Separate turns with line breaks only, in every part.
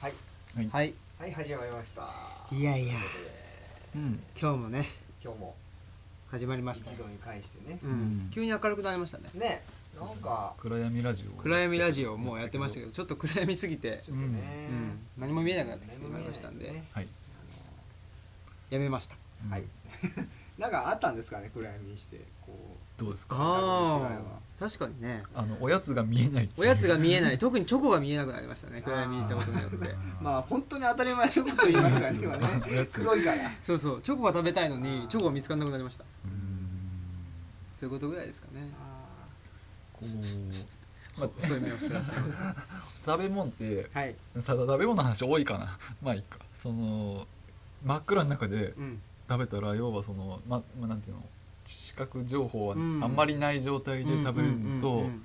はい
はい、
はい始まりました
いやいや
ということで
うん
今日もね
今日も
始まりま
一
したよ
度に返してね
うん、
うん
急に明るくなりましたね
ねなんか
暗闇ラジオ
暗闇ラジオもうやってましたけ
ど
どちょっと暗闇すぎて
ち、ょっとね
うん、何も見えなくなってきてしまいましたんで、
ね
はい、
やめました
うん
はいなんかあったんですかね暗闇にしてこ
どうですか
あー
確かにね
あのおやつが見えないっていう
おやつが見えない特にチョコが見えなくなりましたね暗闇にしたことによっ
あ
て
ー
うまあ本当に当たり前のこと言いますからね今 ね
おやつ
黒いから
そうそうチョコが食べたいの
あ
に
ー
チョコが見つからなくなりました
うん
そういうことぐらいですかね
あ
こう、まあ、
そういう目をしてらっしゃいますね
食べ物って
ーはい
ただ食べ物の話多いかな まあいいかその真っ暗の中で
うん
食べたら要はそのままあなんていうの視覚情報はあ
うん
んまりない状 態で食べる
うんう
と
ん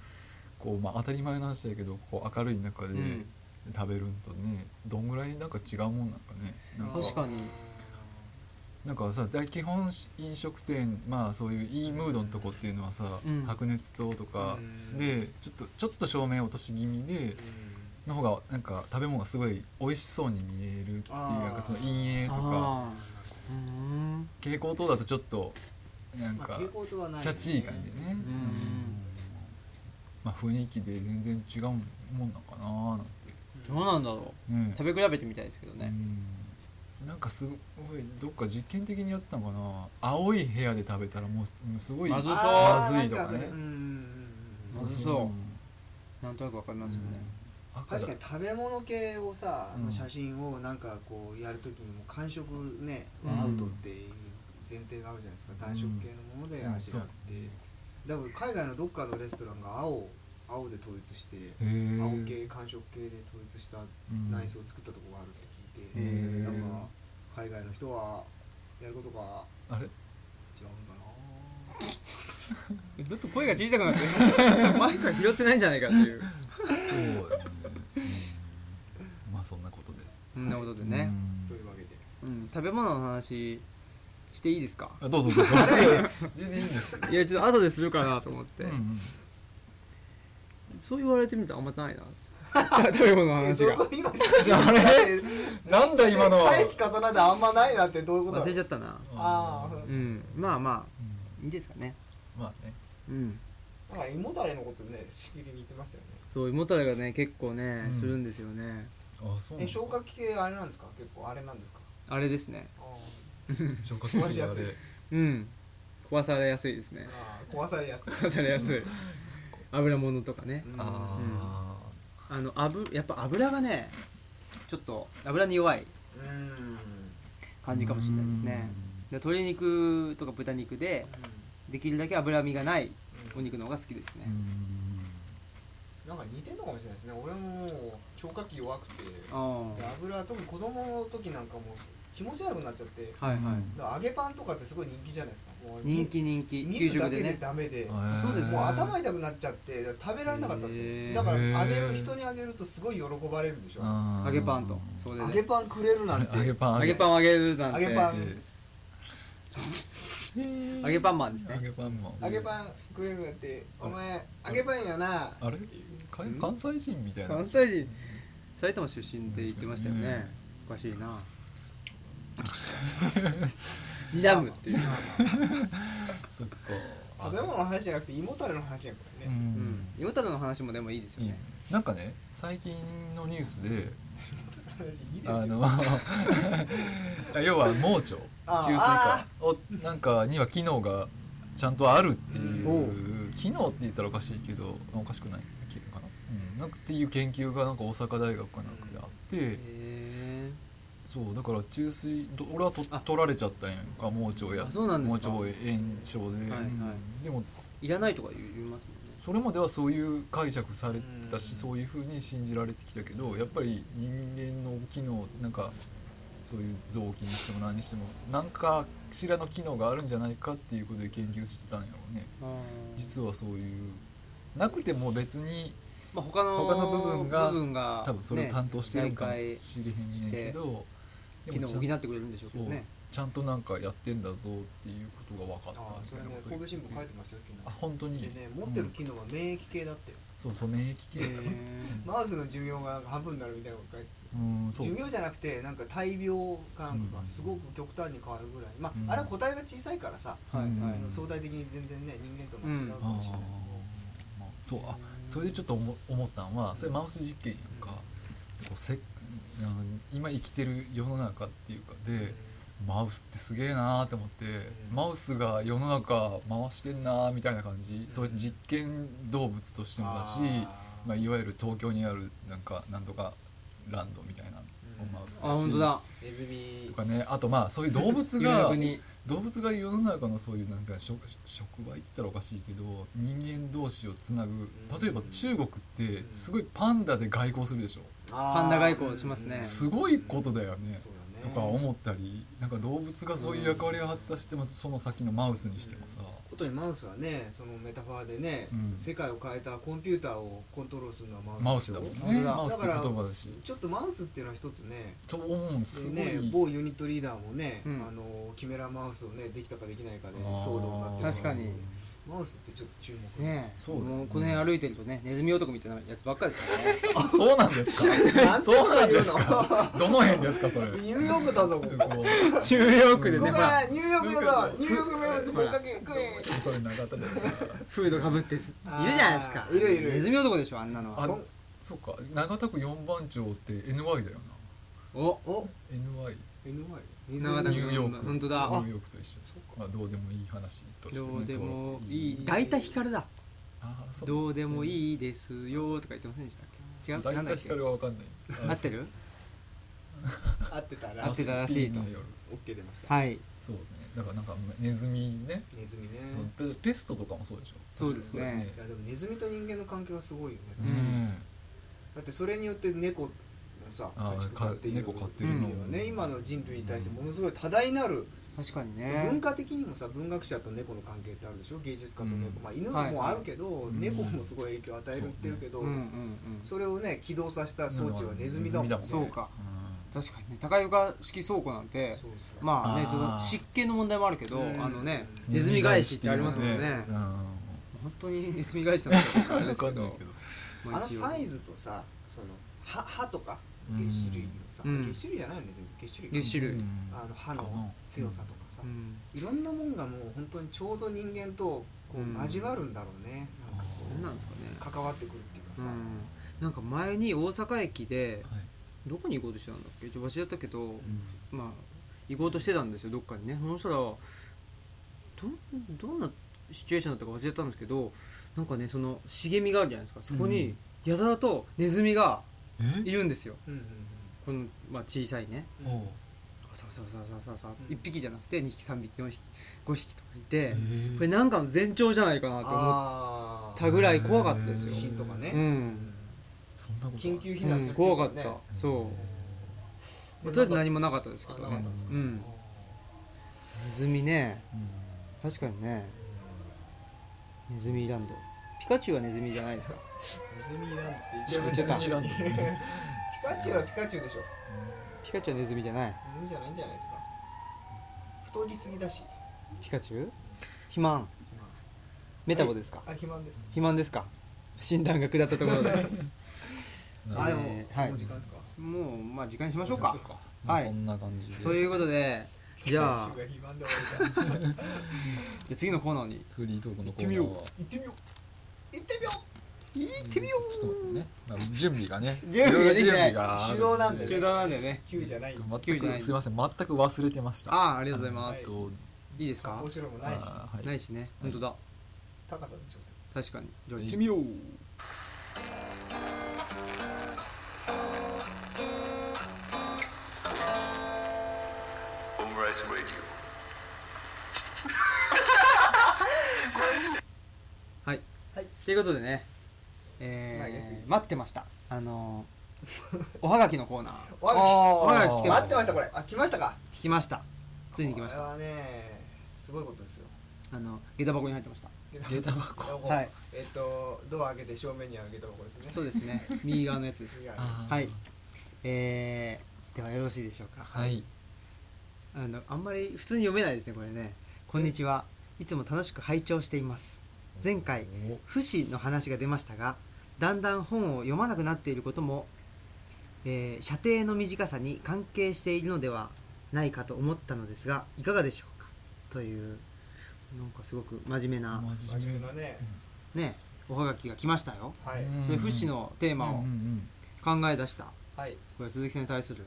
こうまあ当たり前の話だけどこう明るい中
うん
で
うん
食べるんとねどんぐらいなんか違うもんなんかねなんか
確かに
なんかさ大基本飲食店まあそういういいムードのとこっていうのはさ、
うん
白熱灯とか
うん
でちょっとちょっと照明落とし気味での方がなんか食べ物がすごい美味しそうに見えるっていう
あー
なんかその陰影とか
あーうーん
蛍光灯だとちょっとなん
まあ
か
傾向とはない
チャチい感じね、
ん
まあ雰囲気で全然違うもんなんかなーなんて
どうなんだろ
ね
う食べ比べてみたいですけどね
うんなんかすごいどっか実験的にやってたのかな青い部屋で食べたらもうもうすごい
まずそう
あー
まずいとか
なん
ね
それうんうんうんうん
まずそうなんとなくわかりますよね
うん赤だ
確かに食べ物系をさ、あ
う
の
ん
写真をなんかこうやるときにも感触ね、
うん
アウトっていう前提があるじゃないですか単色系のもので
うん
あしらって、だから海外のどっかのレストランが青青で統一して
へー
青系寒色系で統一した
うん
内装を作ったとこがあるって聞いて、
へー
なんか海外の人はやることが
あれ
違うんだな
ずっと声が小さくなって マイクが拾ってないんじゃないかっていう
そうだね、うんまあそんなことで
そんなことでね、
というわけで
うん、食べ物の話していいですか
うんあどうぞどうぞ全然いいんですけど
いやちょっと後でするかなと思って、
うんうん
そう言われてみるとあんまないな 食べ物の話が
どういうこと今して
じゃ ああれなんだ今のは
返す刀であんまないなってどういうことだ
忘れちゃったな
あー
うんまあまあ
うん
いいですかね
まあね
うん
なんか胃もたれのことねしきりに言ってましたよ
そう胃もたれがね結構ね、
うん
するんですよね
あそう
ねえ
なんだ
消化器系あれなんですか結構あれなんですか
あれですね
あ
消化器系
壊しや
あ
すい
れ
うん壊されやすいですね
ーあー壊されやすい、
壊されやすい油物とかね
うん
あ
あの油やっぱ油がねちょっと油に弱い
うんうん
感じかもしれないですねで鶏肉とか豚肉でできるだけ脂身がないお肉の方が好きですね
ーう、ん
なんか似てんのかもしれないですね俺ももう消化器弱くて
あー
で油特に子供の時なんかもう気持ち悪くなっちゃってだか
はいはい、
うん
ら揚げパンとかってすごい人気じゃないですかもう
人気人気
見
給
る
食
だけ
で
で
ね
ダメで
そうですね
もう頭痛くなっちゃってだから食べられなかったんです
へー
よだからあげる人にあげるとすごい喜ばれるんでしょ
あー
揚げパンとそれで
揚
ね
げパンくれるなんて
揚げパン
揚げパンを揚げるなん
揚
て
げパン
揚げパンマンです
揚
ね
げパンマン
揚げパン食えるんだってお前揚げパンやな
あれか
ん
関西人みたいな
関西人埼玉出身って言ってましたよねおかしいなニラムっていう
そっか
食べ物の話じゃなくて胃もたれの話やから
う
ね
うん
ん
胃もたれの話もでもいいですよ
いいね
ね
なんかね最近のニュースで
話いいです
あ
よ
の 要は盲腸
あー
虫垂
あ
かをなんかには機能がちゃんとあるってい
お
う機能って言ったらおかしいけどおかしくないかな,、うん、なんかっていう研究がなんか大阪大学かなんかであって
へ
そうだから中水ど俺はと
あ
取られちゃったんやんか盲腸や
あそうなんですか
盲腸炎症で、
はいはい
でも
えいらないとか言いますもんね
それまではそういう解釈されてたし、
うん
そういうふうに信じられてきたけどやっぱり人間の機能なんかそういう臓器にしても何にしても何かしらの機能があるんじゃないかっていうことで研究してたんやろうね実はそういうなくても別に
まあ他の
他の部分が
部分が
多分それを担当してるんかもし
ね
れへんねんけど、
機能
で
を
も
補
ちゃん
ってくれるんでしょうけどね
ちゃんとなんかやってんだぞっていうことが分かった
あー
み
そ
た
れ
いな
ね
こと
神
言
戸
っ
新
て
聞書い
て
てましたよ
あ本当
昨
に
日でね持ってる機能は免疫系だってよ
そうそう免疫系、
へ
マウスの寿命がなんか半分になるみたいなこと書いて
うんそう
寿命じゃなくてなんか大病かなんか
う
が
ん
すごく極端に変わるぐらい、まあ、
うん
あれは個体が小さいからさ、
ーはいは
あ
い
うん
の相対的に全然ね人間とも違う
あ
か
ー
もしれない、
まあそうあそれでちょっと思思ったんはそれマウス実験やんか、こうせあの今生きてる世の中っていうかでマウスってすげえなーって思って、
うん
マウスが世の中回してんなーみたいな感じそれ実験動物としてもだし、
あー
まあ、いわゆる東京にあるなんかなんとかランドみたいなの
うん
もマウス
あ
だし
本当だ
ネズミ
とかねあとまあそういう動物
有
が
楽に
動物が世の中のそういうなんか触触媒って言ったらおかしいけど人間同士をつなぐ例えば中国ってすごいパンダで外交するでしょ
パ
ンダ外交しますね
すごいことだよね
そうだ
と
ね
か思ったりなんか動物がそういう役割を果たしてもその先のマウスにしてもさ
ことにマウスはねそのメタファーでね、
うん
世界を変えたコンピューターをコントロールするのは
マ
マウ
ウ
ス
ス
で
だ
しょ
もん
本
ね
当だ
マウスって言葉だし
ちょっとマウスっていうのは一つね
と思うんすご
ね
い
某ユニットリーダーもね、
うん
あのキメラマウスをねできたかできないかで
あー
騒動になってる
確かに
マウスってちょっと注目
ねえ
そうだよね
もうこの辺歩いてるとねネズミ男みたいなやつばっかりですからね
あそうなんですか
なんてこ
そう
と
なん
言
で
う
す
の
かどの辺ですかそれ
ニ ューヨークだぞこここ
こ
ニューヨーク
クで
で
こ
ね
ね
ほ
が
ら
ニューヨークだぞニューヨーク名物ぶっかけ食え
うそれ長田だよな
フードかぶっているじゃないですか
あーいるいる
ネズミ男でしょあんなのは
あそうか長田区4番町って NY だよ
お
お
な NY
NY
長田
ニ
君
ューヨーク
本当だ
ニューヨークと一緒まあどうでもいい話としてね
どうでもいい
登録
大体光だ
あーそう
どうでもいいですよとか言ってませんでしたっけ違うな
大
んだっ
体
け
光は分かんない
合ってる
合ってたら
合ってたらしいと
水曜夜
OK 出ました
はい
そうですねだからなんかネズミね
ネズミね
ペペストとかもそうでしょ
そうですね
いやでもネズミと人間の関係はすごいよ
う
ね
ん
だってそれによって猫もさ
あー
家畜飼っている
か猫飼ってる
の
意味ではね今の人類に対してものすごい多大なる
確かに
文
ね
化的にもさ文学者と猫の関係ってあるでしょ芸術家と猫、
うん
まあ、犬
はい
もあるけど、
うん
猫もすごい影響を与えるっていうけど、
うんうん
それをね起動させた装置はネズミだもんね
うん
ネズミだ
そうか確かにね高床式倉庫なんて
そうそう
まあね
あー
その湿気の問題もあるけど
うん
あのね
うん
ネズミ返しってありますもん
ネズミ
ね
返しっていうのはね
本当にネズミ返しなのかどうかあ
うん
れで
分
す
かんない
けど
けど
ま
あ
あ
の
一応
サイズとさその歯歯とか
うん
月種類のさ、
うん
月種類じゃないのネズミ月種類
月
か
種類
うん
あの歯の強さとかさ、
うん
いろんなもんがもう本当にちょうど人間とこ
うん
う交わるんだろうね、なんかこ
何なんですかね
う関わってくるっていうか
う
さ、
んなんか前に大阪駅で
はい
どこに行こうとしてたんだっけちょっと忘れちゃったけど
うん
まあ行こうとしてたんですよどっかにねそしたらどどんなシチュエーションだったか忘れちゃったんですけどなんかねその茂みがあるじゃないですかそこにやたらとネズミが
え
いるんですよ
うんうん
この、まあ、小さいね
うんうん
おう
さわさわさわさわさわさわ
うん
1匹じゃなくて2匹3匹4匹5匹とかいて
え
これなんかの前兆じゃないかなと思っ
あ
たぐらい怖かったです
地
よ
震とかね、
う、
うんん
そんなこと
緊急避
う
難す
ん
る、
怖かったそうまあとりあえず何
も
もなかったですけど
な
ね
かったんですか、
うんネズミね
うん
確かにねネズミランドピカチュウはネズミじゃないですか
ネズミランって
言っちゃった
ネズミランドね
ピカチュウはピカチュウでしょ
ピカチュウはネズミじゃない
ネズミじゃないんじゃないですか太りすぎだし
ピカチュウ肥満メタボですか、
あ肥満です
肥満ですか診断が下ったところで
うん
あでも、
えーはい
もう時間ですか
もうまあ時間にしましょう
そ
か
まあ
はい
そんな感じで
ということでじゃあ
ピカチュウが肥満で終わりか
じゃあ次のコーナーに
フリートークのコ
行って
ー
み
ナ
よ
ー
う
は
行ってみよう行ってみよ
行ってみよう
ちょっと待ってねまあ準備がね
準備が
いろいろ
できない
準備がある
手動なんで
中
ね
断なんだよね
う急じゃない
全
急にない
くすいません全く忘れてましたあ
ああありがとうございます
えっと
いいですか
面白いもないし
あーはい
ないしね本当だ
高さの調節
確かにじゃあ
いい
行ってみよう
オムライスラディ
はい、
はい
ということでね、
まあいいで
え
す
ー、待ってましたあの ーおはがきのコーナー
おはがき
おはがき来
待
てま
っ
す
てましたこれあ来ましたか
聞きましたついに来ました
これはねすごいことですよ
あの下駄箱に入ってました
下 駄箱
はい
えっとドア開けて正面にある下駄箱ですね
そうです ね右側のやつです
次が
あー
はいえー、ではよろしいでしょうか
はい
あのあんまり普通に読めないですねこれねこんにちはいつも楽しく拝聴しています前回
お
不死の話が出ましたがだんだん本を読まなくなっていることも、えー射程の短さに関係しているのではないかと思ったのですがいかがでしょうかというなんかすごく真面目な、
真
真
面目
面目
な
なね
ねおはがきが来ましたよ、
はい、
うん
それ不死のテーマ
う
を
んうん
考え出した
はい
これ鈴木さんに対する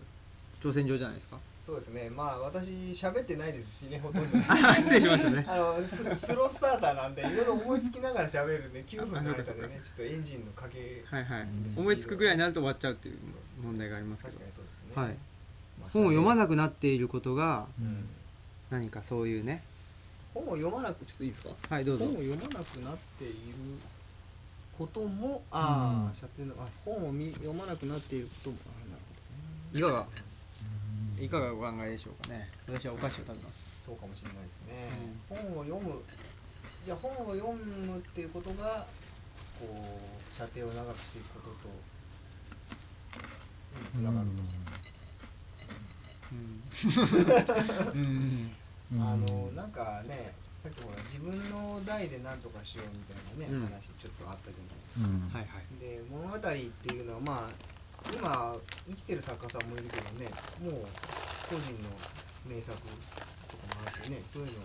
挑戦状じゃないですか
そうですねまあ私喋ってないですしねほとん ど
あ失礼しましたね
あのスロースターターなんでいろいろ思いつきながら喋るんで9分の間でねちょっとエンジンのかけ
はいはい
うん
思いつくぐらいになると終わっちゃうっていう
そうそうそう
問題がありますけ
確
ど
かにそうですね
はい本を読ま
い
なくなっていることが
うんうん
何かそういうね
本を読まなくちょっといいですか
はいどうぞ
本を読まなくなっていることもああ、
うん
射程のあ本をみ読まなくなっていることもあなるほどね
いかがいかがお考えでしょうかね私はお菓子を食べます
そうかもしれないですね、本を読むじゃあ本を読むっていうことがこう射程を長くしていくこととにつながると、
うんうん
うん
あの
うん
なんかねさっきほら自分の代で何とかしようみたいなね、
うん
話ちょっとあったじゃないですか、
うん
はいはい
で物語っていうのはまあ今生きてる作家さんもいるけどねもう個人の名作とかもあってねそういうのを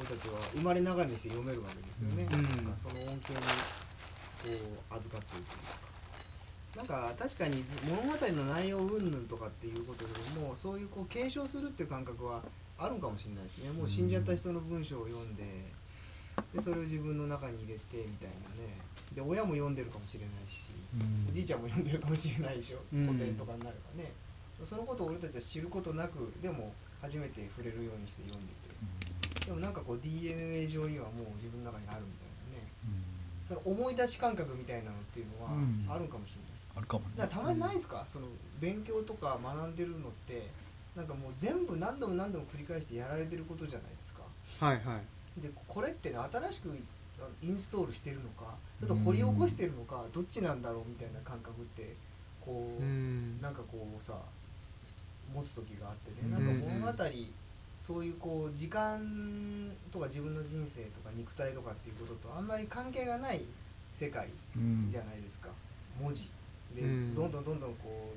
俺たちは生まれながらにして読めるわけですよね、
うん
なんかその恩恵にこう預かっているというか。なんか確かに物語の内容云々とかっていうことよりもそういうこう継承するっていう感覚はあるんかもしれないですねもう死んじゃった人の文章を読んででそれを自分の中に入れてみたいなねで親も読んでるかもしれないし
うん
おじいちゃんも読んでるかもしれないでしょ
うん
古典とかになればねそのことを俺たちは知ることなくでも初めて触れるようにして読んでてでもなんかこう DNA 上にはもう自分の中にあるみたいなね
うん
その思い出し感覚みたいなのっていうの
うん
はあるんかもしれない。
あるかもね
だからたまにないですか、その勉強とか学んでるのってなんかもう全部何度も何度も繰り返してやられてることじゃないですか
はいはい
でこれってね新しくあのインストールしてるのかちょっと掘り起こしてるのかどっちなんだろうみたいな感覚ってこう、
うん
なんかこうさ持つ時があって
う
ね
ん
なんか物語、そういうこう時間とか自分の人生とか肉体とかっていうこととあんまり関係がない世界
うん
じゃないですか文字で、
うん
どんどんどんどんこう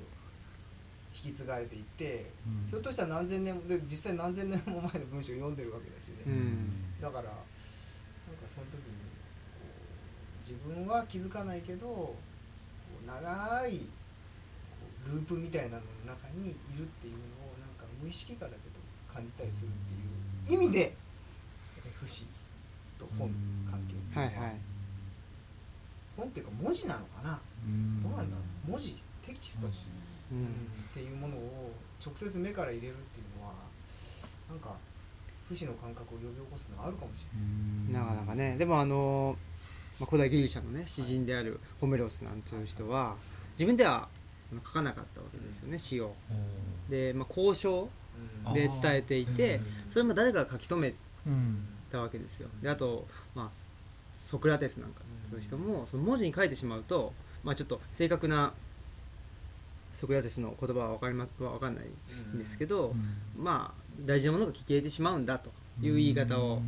引き継がれていって
うん
ひょっとしたら何千年もで実際何千年も前の文章を読んでるわけだし
う
ね、
ん
だからなんかその時にこう自分は気づかないけどこう長いこうループみたいなのの中にいるっていうのをなんか無意識化だけど感じたりするっていう意味でえ不死と本の関係っていうの
はいはい
本っていうか文字なのかな
うん
どうなんだろう文字テキスト、
文字
う
うん、っ
ん
ていうものを直接目から入れるっていうのはなんか不死の感覚を呼び起こすのはあるかもし
うん
なかなかねでもあのまあ古代ギリシャのね詩人であるホメロスなんていう人は自分ではあの書かなかったわけですよね詩を
う
で、まあ、交渉
れない。
で
あー
伝えていて
うん
それも誰かが書き留め
んうん
たわけですよであと、まあ、ソクラテスなんか
うん
そういう人もその文字に書いてしまうと、まあ、ちょっと正確なソクラテスの言葉は分かり、ま、は分かんないんですけ
ど、
ど、まあ大事なものが消えてしまうんだという言い方を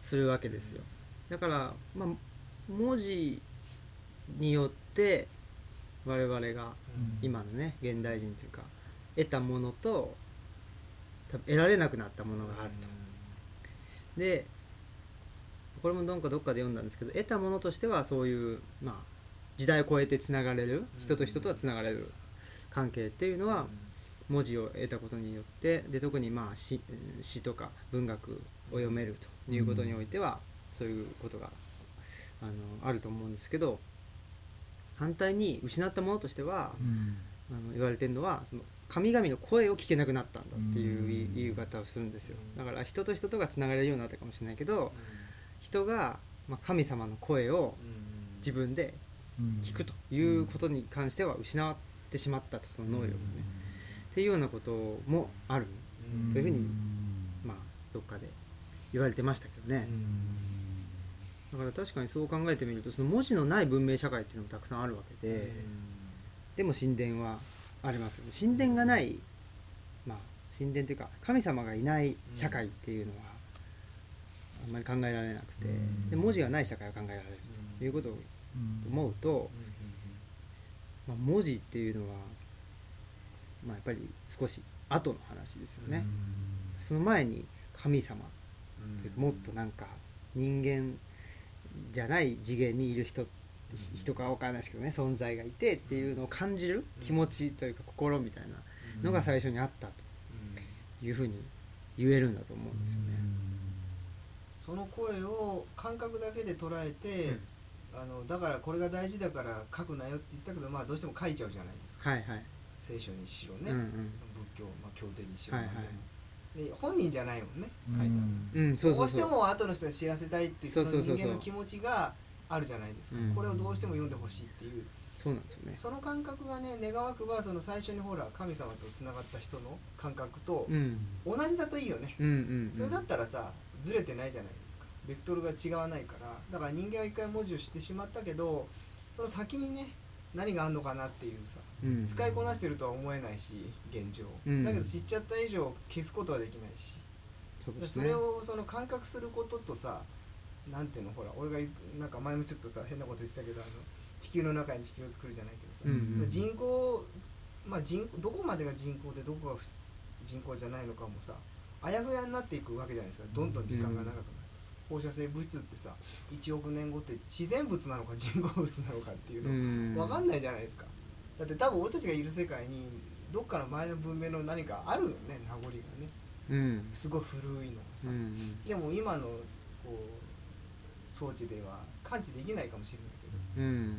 するわけですよだから、まあ、文字によって我々
う
が
ん
今のね現代人というか得たものと多分得られなくなったものがあるとでこれもどんかどっかで読んだんですけど得たものとしてはそういう、まあ、時代を超えてつながれる人と人とはつながれる関係っていうのは文字を得たことによってで特にまあ詩うん詩とか文学を読めるということにおいては、そういうことがあのあると思うんですけど反対に失ったものとしては、
うん
あの言われてるのはその神々の声を聞けなくなったんだっていううん言い言い方をするんですよだから人と人とがつながれるようになったかもしれないけど人が、まあ、神様の声を自分で
うん
聞くということに関しては失ってしまったとその能力をね、っていうようなこともある
ん
というふうに
ん
まあどっかで言われてましたけどね、だから確かにそう考えてみるとその文字のない文明社会っていうのもたくさんあるわけで、でも神殿はありますよね神殿がない、まあ、神殿というか神様がいない社会っていうのはあんまり考えられなくて、
うん
で文字がない社会は考えられるということを思うとまあ、文字っていうのは、まあ、やっぱり少し後の話ですよね、その前に神様というかもっとなんか人間じゃない次元にいる人人かわからないですけどね存在がいてっていうのを感じる気持ちというか心みたいなのが最初にあったというふうに言えるんだと思うんですよね。
その声を感覚だけで捉えて、あのだからこれが大事だから書くなよって言ったけど、まあ、どうしても書いちゃうじゃないですか、
はいはい
聖書にしろ
う
ね、
んうん
仏教、まあ、経典にしろ、
はいはい
で本人じゃないもんね書いたの、
うん、そう
ど
そうう
し
そう
ても後の人に知らせたいっていう
そうそうそうそう
人間の気持ちがあるじゃないですか、
うん
これをどうしても読んでほしいっていう
そうなんですよね
その感覚がね願わくばその最初にほら神様とつながった人の感覚と
うん
同じだといいよね、
うんうん
それだったらさずれてないじゃないですかベクトルが違わないからだから人間は一回文字を知ってしまったけどその先にね何があんのかなっていうさ
うん
使いこなしてるとは思えないし現状、
うん
だけど知っちゃった以上消すことはできないし
そう
で
です
そ
ね
れをその感覚することとさなんていうのほら俺がなんか前もちょっとさ変なこと言ってたけどあの地球の中に地球を作るじゃないけどさ、
うんうん
人口まあ人どこまでが人口でどこが不人口じゃないのかもさあやふやになっていくわけじゃないですかどんどん時間が長くなるとさ、放射性物質ってさ1億年後って自然物なのか人工物なのかっていうの、
うん
わかんないじゃないですかだって多分俺たちがいる世界にどっかの前の文明の何かあるよね名残がね
うん
すごい古いのが
う
さ、
んうん
でも今のこう装置では感知できないかもしれないけど
うん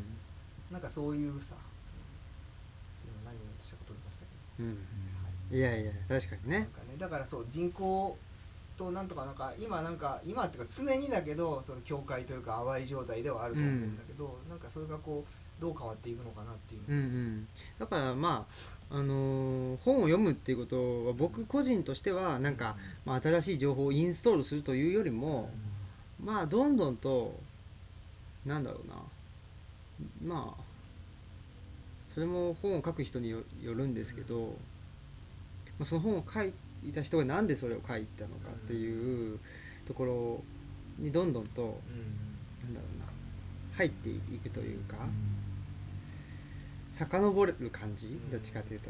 なんかそういうさ今何を言おうとしたか取れましたけ
うん
ど、はい
いやいや確かに
なん
ね
かねだからそう人口となんとかなんか今なんか今っていうか常にだけどその境界というか淡い状態ではあると思うんだけど、なんかそれがこうどう変わっていくのかなっていう
うんうんだからまああのー本を読むっていうことは僕個人としてはなんか、まあ、新しい情報をインストールするというよりもまあどんどんとなんだろうなまあそれも本を書く人によよるんですけど、まあ、その本を書いた人がなんでそれを書いたのかっていうところにどんどんとなんだろうな入っていくというか遡る感じ
ん
どっちかというと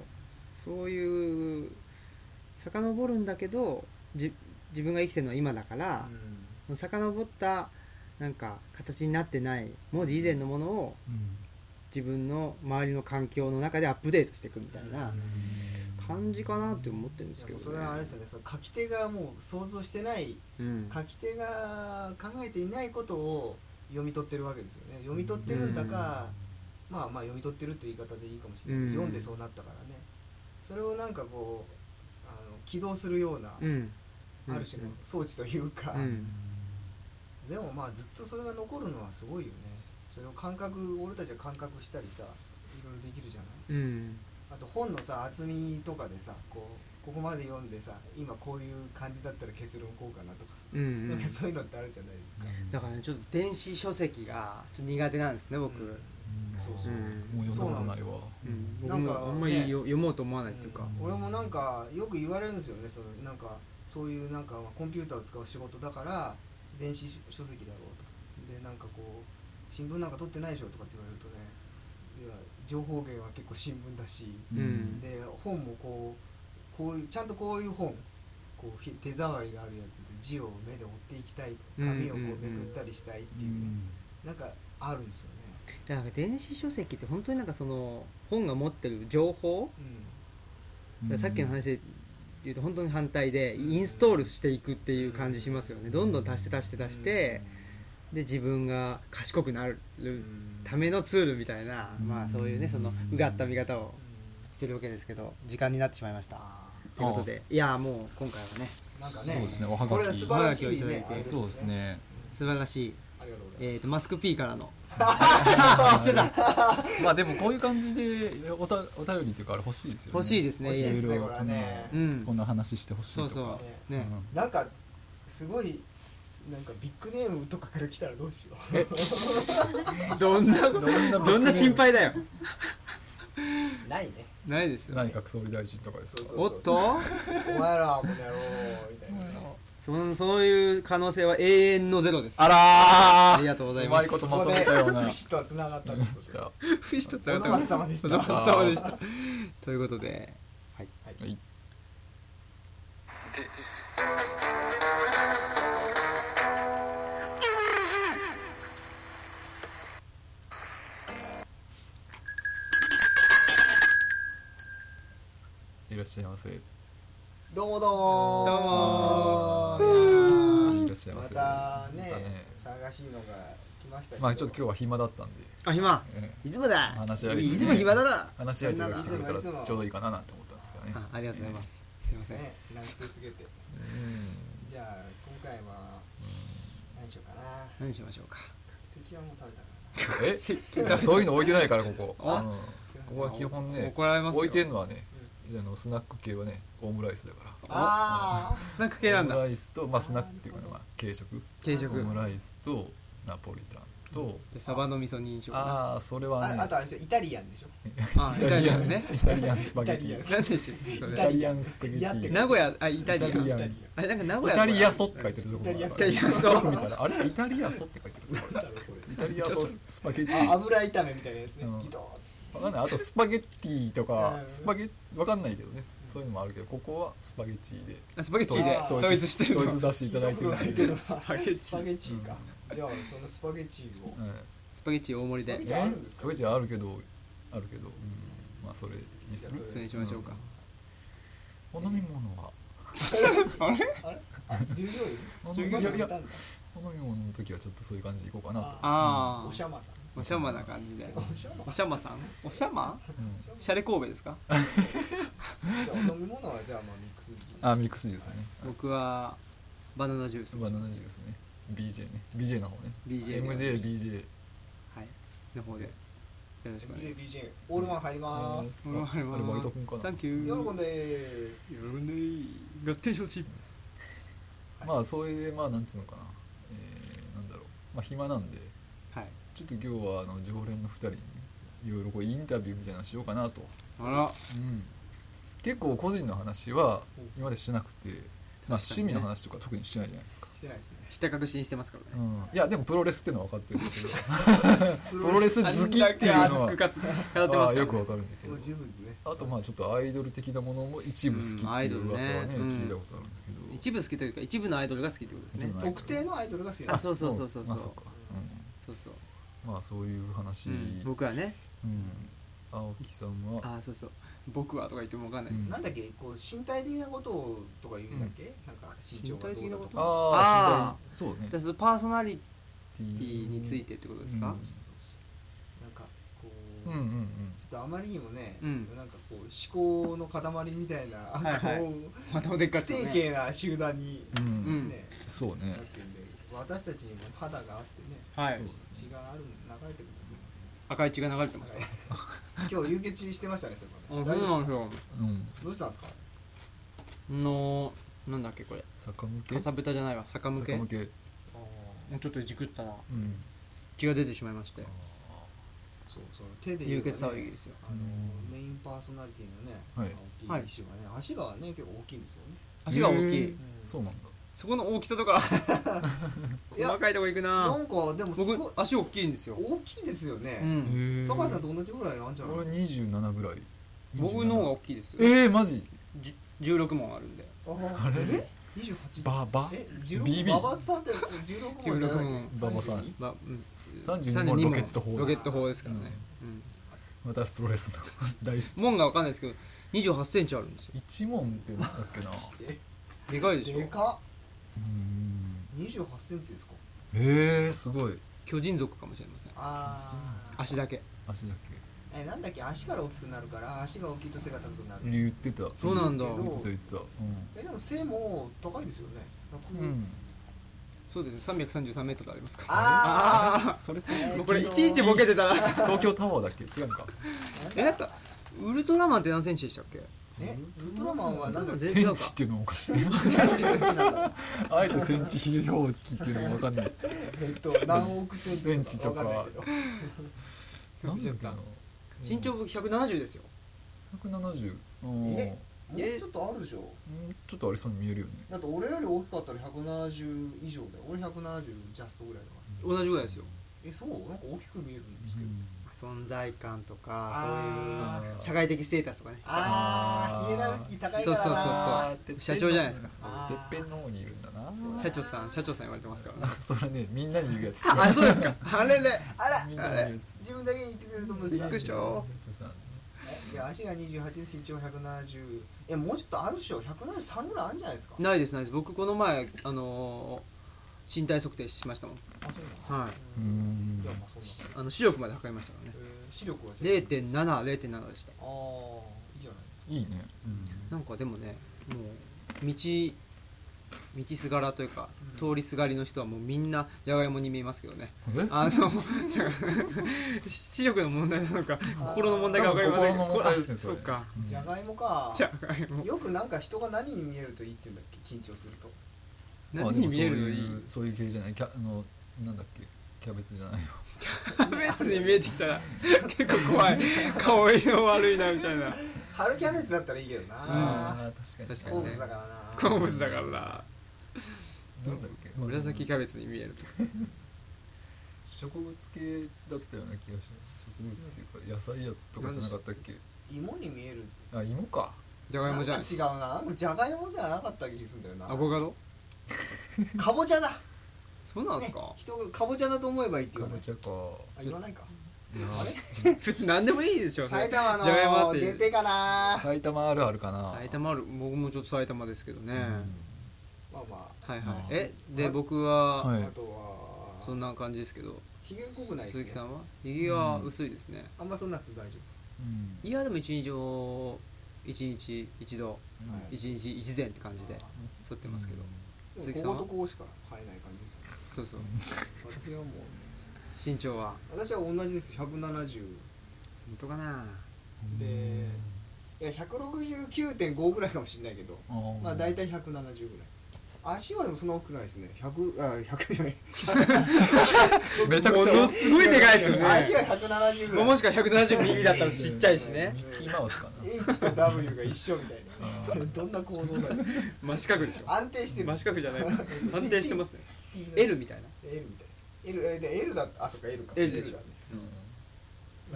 そういう遡るんだけどじ自分が生きてるのは今だから、遡ったなんか形になってない文字以前のものを自分の周りの環境の中でアップデートしていくみたいな感じかなって思ってるんですけど、ね、
それはあれですよねその書き手がもう想像してない
うん、
書き手が考えていないことを読み取ってるわけですよね読み取ってるんだか、まあまあ読み取ってるって言い方でいいかもしれない、
うん
読んでそうなったからねそれをなんかこうあの起動するような、
うん
ある種の装置というか、
うん
でもまあずっとそれが残るのはすごいよねそれを感覚俺たちは感覚したりさいろいろできるじゃない
うん
あと本のさ厚みとかでさこうここまで読んでさ今こういう感じだったら結論こうかなとかさ、
うんうん
なんか そういうのってあるじゃないですか、
だからねちょっと電子書籍がちょっと苦手なんですね僕、
うん
そうそうう、
ん
もう読んだことないわ
うん
な
僕
ん
も
か
あんまりよ、
ね
読もうと思わないっていうか、
うん俺もなんかよく言われるんですよねそのなんかそういうなんかまあコンピューターを使う仕事だから電子書籍だろうとでなんかこう新聞なんか取ってないでしょとかって言われるとねいや情報源は結構新聞だし
うん
うん
で本もこうこういうちゃんとこういう本こうひ手触りがあるやつで字を目で追っていきたい紙をこう
うんうんうん
めくったりしたいっていうね、なんかあるんですよね、
だから電子書籍って本当になんかその本が持ってる情報、
うん
さっきの話で言うと本当に反対でインストールしていくっていう感じしますよねどんどん足して足して足してで自分が賢くなるためのツールみたいなまあそういうねそのうがった見方をしてるわけですけど時間になってしまいましたということでいやーもう今回はね
なんかね
そうですねおは
これ
が
は
き
素晴らしい
おはがきをいただい
ね
て
あれ
らし
そうですね
素晴らしい、
ありがとうございます
えー、とマスク P からの
一緒だまあでもこういう感じでおたお便りというかあれ欲しいですよね
欲しいですね
欲しいですね
いろいろ
これはね
う
こん
ん
な話してほしいと
そ
か
うそうね、
なんかすごいなんかビッグネームとかから来たらどうしよう
どんな
うんどんな
どんな心配だよ
い ないね
ないですよ、
内
ね、
閣総理大臣とかですか
そうそう
おっと
お前らこの野郎みたいなね
そのそういう可能性は永遠のゼロですあ
あ
りがとうござい
ーう
ま
まい
す
こと
ここ
ま
とで
めたような。
節とは繋がったんですけど
一つ
お疲れ様でし
お
た
た
疲れ様でしたということで
はいいらっしゃいませ。い
どうもどうも
どう
も
らっしゃいま
またね
せ。またね
探しいのが来ましたけど
まあちょっと今日は暇だったんで、
あ暇
え
いつもだ
話し合い
いいいつも暇だな
え話し合いとかしてくれたら
いつもいつも
ちょうどいいかななんて思ったんですけどね。
あありがとうございますすいません
ねなんつつけて
うん
じゃあ今回は何しようかな
何しましょうか
敵はもう食べたか
え、だから そういうの置いてないからここ。
あ
うん
ら
ここは基本ね、
怒られますよ
置いてんのはね、あのスナック系はね、オムライスだから。
あ
スナック系なん
オム
だ
ライスとまあスナックっていうかね、まあ軽食。
軽
オ
食
ムライスとナポリタンと、
でサバの味噌煮にしようかな
ああそれ
あ
は
ああ
ね
と、あれでしょイタリアンでしょ
あイタリアンね
イタリアンスパゲテ
イタリ
ィ
アン。
何でしたっけ
イ
そ
タ
れ
リアンスパゲテ
やって
ィ。
る
名古屋あイタリアン
イタリアン
あれなんか名古
イ
屋
タリアソって書いてるところ
イタリア
イ
ソ
タリアソ
よく見たらあれイタリアソって書いてるぞこれイタリアソスパゲッティ
あ油炒めみたいなやつね
うん
ギトーッと
わかんないあとスパゲッティとか
うん
スパゲわかんないけどねそういうのもあるけどここはスパゲッティで
あスパゲッティで
あー
統一してるの
統一させていただいてるん
ない
で
け
うん
どス
パゲッティ
スパゲッティかじゃあそのスパゲッティを
スパゲッティ大盛りで
スパゲッティ
え
あるんですか
スパゲッティはあるけどあるけどうんまあそれにす
いや
る
それにしましょうか
お飲み物は
あれあ従業員
従業員
いたんだ
お飲み物の時はちょっとそういう感じでいこうかなと
あ
おし
あ
ゃまさん
おしゃまな感じで
おしゃま
おしゃまさんおしゃま
うん
シャレ神戸ですか
じゃあ飲み物はじゃあまあミックスジュース
あミックスジュースね
僕はバナナジュース
バナナジュースね BJ ね BJ の方ね
BJ で
MJBJ
はいの方でよろしくお願いし
BJ オールマン入りま
あ
す
ます
あれバイトくんかな
サンキュ
喜
ー
んで
喜んでいい合点承知
まあそれでまあなんつうのかな、えー、なんだろうまあ暇なんで
はい
ちょっと今日はあの常連の2人にねいろいろこうインタビューみたいなのしようかなと、
あら
結構個人の話は
うん
今までしてなくて、まあ、趣
確かにね
味の話とか特にしてないじゃないですか、
してないですね
ひた隠しにしてますか
う
らね
ん、いやでもプロレスっていうのは分かってるけ
プ
どプロレス好きっていうの
あんだ
は
け熱くかつ語ってま
まあ
す
よく分かるんだけ
も
ど
う十分ですね
あとまあちょっとアイドル的なものも一部好きっていう噂はね,、
うんアイドルね
聞いたことあるんですけど、
一部好きというか一部のアイドルが好きってことですね
一部のアイドル
特定のアイドルが好きなん
あ
です
そうそうそうそう
まあ
そ
そ
う
っか、
そうそう
うん、まあそういう話、
うん僕はね
うん、青木さんは
あそうそう僕はとか言ってもわかんない
うん
なんだっけこう身体的なことをとか言うんだっけ、なんか身長がどうだと
身体的なこ
か
と
あ
あ
ーそうね
でそのパーソナリ
テ
ティについてってことです
う
か
ん
なんかこう、
うん
ちょ
うんうん
っとあまりにもね、
うん
なんかこう思考の塊みたいな、
いはい
こう
またおでっか
不
ちの
定
ね
形な集団に、
うん、
うん
ね、
そうね
なってんで私たちにも肌があってね
はい
そう
血がある流れてるん ですよ
赤い血が流れてますか
今日流血してましたね、そこ
あ
ね。
そ
大
うな
丈
ん
夫
で
です
よ
うん
すどうしたんですか。
のなんだっけこれ
坂向け
かさぶたじゃないわ坂向け
坂
も
向け
あ
うちょっとじくったら
うん
血が出てしまいまして
ーそうそう、手で言
流
うと
血
ね
騒ぎですよ
あのメインパーソナリティのね、
はい
青木騎手がね、足がね、結構大きいんですよね。
足が大き
へ
い
そうなんだ
そこの大きさと か
いや
細かいとこ行く
な
なん
かでもすごい
僕足大きいんですよ
大きいですよ
う
ね。
ん
へえ
坂井さんと同じぐらいなんじゃない
俺。27ぐらい
僕の方が
が
大きいです
ええー、マジ
じゅ16問あるんで
あれえ？二十八。
ババ
え、十六。
BB
ババさんって十六
16
じゃない
問、
ババさん
32
まあうん、
32問ロケット砲
ロケット砲ですからね、うん
またプロレスの 大好き
門がわかんないですけど2 8センチあるんですよ
一問ってなんだっけな
え
でかいでし
で
ょ
かっ。
うん
二十八センチですか。
へえー、すごい
巨人族かもしれません
そうな
あ
んです
あ。
足だけ
足だっ
え、なんだっけ、足から大きくなるから、足が大きいと背が高くな
け
る。
言ってた
そうなんだ
言ってた言ってたうん
え、でも背も高いですよね。
うん、
そうですね333メートルありますから
あ
あ
それって
ー
あ
えー
もうこれいちいちボケてたら
東京タワーだっけ違うか
ー
えだったウルトラマンって何センチでしたっけ
え、ウルトラマンはなんだ。
センチっていうのもおかしい
何センチなんだろう。
あえてセンチ表記っていうのもわかんない
えっと、何億センチとかわかんないけど。
なんだっけな
身長僕170ですよ
170
え
う
もうちょっとあるでしょ
んちょっとありそうに見えるよね
だって俺より大きかったら170以上だよ俺170ジャストぐらいだから
同じぐらいですよ
えそうなんか大きく見えるんですけど、
存在感と
あ
か
ー
そういう社会的ステータスとかね
ああ
あー
ヒエラルキー高いからな
そうそうそうそう
ーてっぺんの
社長じゃないですか
あ
てっ
ー
ぺんの方にいるんだな
そう
だ
社長さん社長さん言われてますからね
あ それねみんなに言うやつ
あそうですかあれれ
あら
みんなに言うや
自分だけに言ってくれると思うん
つ
びっくりした
社長さん
いや足が28で身長170えもうちょっとあるでしょ173ぐらいあるんじゃないですか
ないですないです僕この前あのー身体測定しましたもん
あそう
は
う
な
ー
んだい
ん
やまあそんなもん
あの視力まで測りましたからね
えー視力はじゃあ
0.70.7でし
ああいいじゃ
た
ないですか
いいね
なんかでもねもう道道すがらというか
うん
通りすがりの人はもうみんなじゃがいもに見えますけどね
え
あの 視力の問題なのか心の問題か分かりません
多分心の問題ですね
あ
それ
うか
うん
じゃがいもか
じゃがいも
よくなんか人が何に見えるといいって言うんだっけ緊張すると
まあ
何に見える
で
の
も
いい
そういうそういう系じゃないキャあのなんだっけキャベツじゃないよ
別に見えてきたら結構怖い顔色悪いなみたいな
春キャベツだったらいいけどな
あー確かに
確か
好
に
物
ね
だからな
好物だからな
なんだっけ
紫キャベツに見えると
植物系だったような気がした植物っていうか野菜やとかじゃなかったっけ
芋に見える
あ芋か
じゃがいもじゃな
ん
い
か違うななんかじゃがいもじゃなかった気がするんだよな
アボカド
かぼちゃだ
そうなんですか
ね、人がかぼちゃだと思えばいいって
か
言わ
ぼ
ない
ちゃか
あ言わないか
いや
あれ
別に何でもいいでしょうね
埼玉
じゃがいもだっ
の
て
限定かな
埼玉あるあるかな
埼玉ある僕もちょっと埼玉ですけどね、
まあま
はいはい
あー
えで
はい
僕
あ、
は、
はい
あとは
そんな感じですけど
ひげ濃くないですね
鈴木さんは右は薄いですね、
あんまそんなくて大丈
うん
いやでも一日を一日一度
うん
はい
一日一善って感じで撮ってますけど、
夫
鈴木
で
さん
も
は
こことここしか生えない感じですよね
そうそう
私はもうね
身長は
私は同じです170
本当かな
でいや169.5ぐらいかもしれないけど
あー
まあ大体170ぐらい足はでもそんな大きくないですね100あ100じゃない
めちゃく
も
ちゃ
のすごいでかいですよ ね
足は170ぐらい
もしか170右だったらちっちゃいし ね
キーマウスかな
H と W が一緒みたい
あ
などんな構造だよ
真四角でしょ
安定してる
真四角じゃない 安定してますね L みたいな
L みたいな L えで L だあそっか L か
L でしょ
だね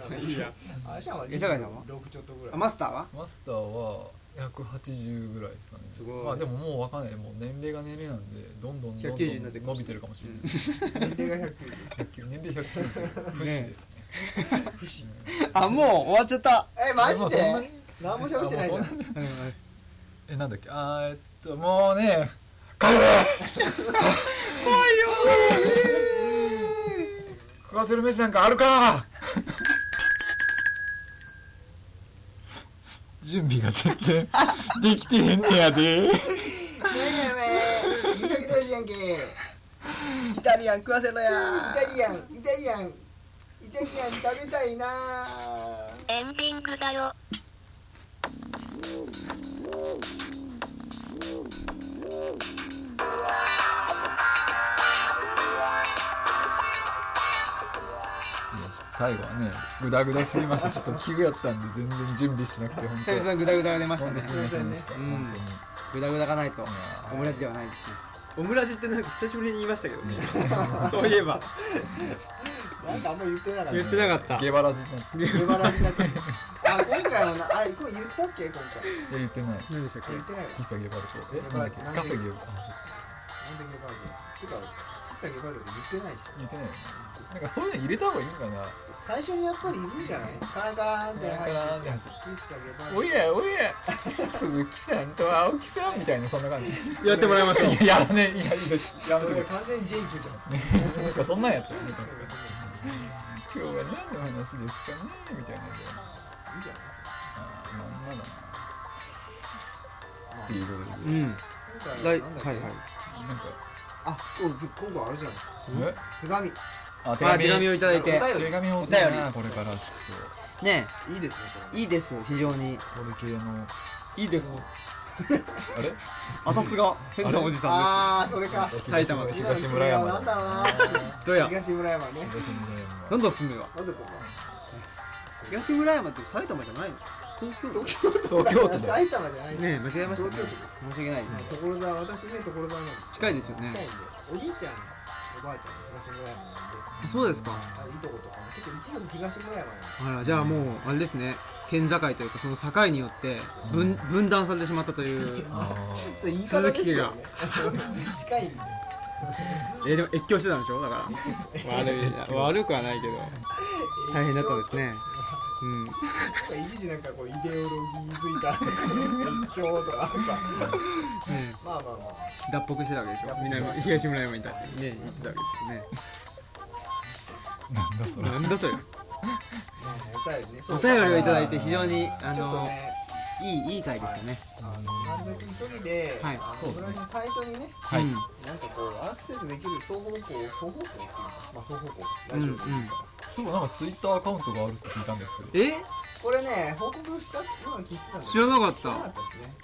うん
なんか
いや
あじゃあ
え酒井さんは
6ちょっとぐら
あ
い
マスターは
マスターは180ぐらいですかね
すごい
まあでももうわかんないもう年齢が年齢なんでどんどんどんどん
190になってくる
伸びてるかもしれない
年齢が190
100年齢190不死ですね不死
あもう終わっちゃった
えマジで
でもそんなに
何も喋ってないじゃん
あもうそんえなんだっけあーえっともうね帰れ食わせる飯なんかあるか準備が全然できてへんねやで
ねえねえ見かけたいじゃんけイタリアン食わせろやイタリアンイタリアンイタリアン食べたいな
エンディングだよ。
最後はねグダグダすぎましたちょっと急やったんで全然準備しなくて本当
久々にグダグダが出ました
本当
ね
すみませんでした、
うん
本当に
グダグダがないと
いや
オムラジではないですねオムラジってなんか久しぶりに言いましたけどねそういえば
なんかあんま言ってなかった
言ってなかった
ゲバラジのいや
出払いになっちゃったあ今回はなあこれ言ったっけ今回
言ってない
何でしたっけ
言ってないわ
喫茶ゲバルとえ
ゲ
な
バ
んだっけ
なんで
カフェゲバル
なんでゲバルてか喫茶ゲバルって言ってないし
言ってないよねなんかそういうの入れた方がいいんかな
最初にやっぱりいるんじゃないカラカーンって入
カラカ
っ
ーンってて
喫
入
茶ゲバ
お
ル
やおや鈴木さんと青木さんみたいなそんな感じ
やってもらいましょう
いややらねえいやいややめと
そ
け
れ完全にジェイクじゃん
なんかそんなんやったよね今日は何の話ですかねみたいなんで
いいじゃないですか
あーまんまだなっていうことで
うん
今
は
回な
い
んだっけ、
はいはい
なんか
あ今日今回あれじゃないですか
え
手紙
あ
まあ手紙をいただいて
お便り
手紙欲しい
お便
なこれからちょっ
ね
いいですねこ
いいです非常に
とこれ系の
いいです
あれ
あたすが変なおじ
れ
さ
ああそれか
埼玉
今の
東
君
村
ら
山
はなんだろうな
ですどうや
東村山ね
東村山
なんだ爪は
なんだとか
東村山って埼玉じゃないの東京都ね
東京都だよ
埼玉じゃないです
え間違えましたね
東京都です
申し訳ないです
所沢私ね所沢なんです
近いですよ
近
ね
いんでおじいちゃんおばあちゃん東村山なんで
あそうですか
あいとことかも結構一部東村山なんです
あらじゃあもうあれですね県境というかその境によって分分断されてしまったという
あ
それ言い方ですよね近いんで
えーでも越境してたんでしょだから悪い悪くはないけど大変だったんですねうん
一時なんかこうイデオロギーづいた越境とかなんか
ね
まあまあまあ
え脱北してたわけでしょ南東村山にいたってね言ってたわけです
あなんだそ
よ
れ
ねなんだそれ
まあお便りね
お便りをいただいて非常にあ
ちょっと
の
ね
いいいい回でしたね
あのなるべく急ぎで、
はい
あ
そ
の
うだね
村上のサイトにね
はい
うん
なんかこうアクセスできる双方向双方向っていうかまあ双方向ラジオでいいから、
うんうん
そうなんかツイッターアカウントがあるって聞いたんですけど
え
これね報告したって今の聞いてたんです
知らなかっ
知らなか
た
ったですね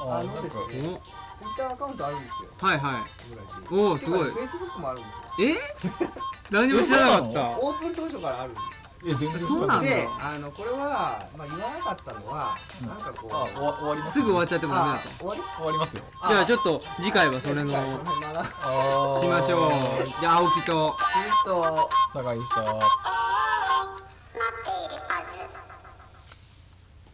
あ
あ
あ
の
なん
で
か
すね
お
ツイッターアカウントあるんですよ
はいは
村
い
上
おおすごい
フェイスブックもあるんですよ
え 何も知らなかっ
オープン当初からあるんで
え全然知ら
そうなんだ
であのこれは、まあ、言わなかったのは、
うん
なんかこう
あ終わ終わりま
た
す
すぐ終わっちゃってもダメだ
あ
と
終わり
終わりますよ
じゃあちょ
っ
っと次回はそれの
その 辺まだ
あー
しましょうじゃあ青木と
鈴木と
高いした。
お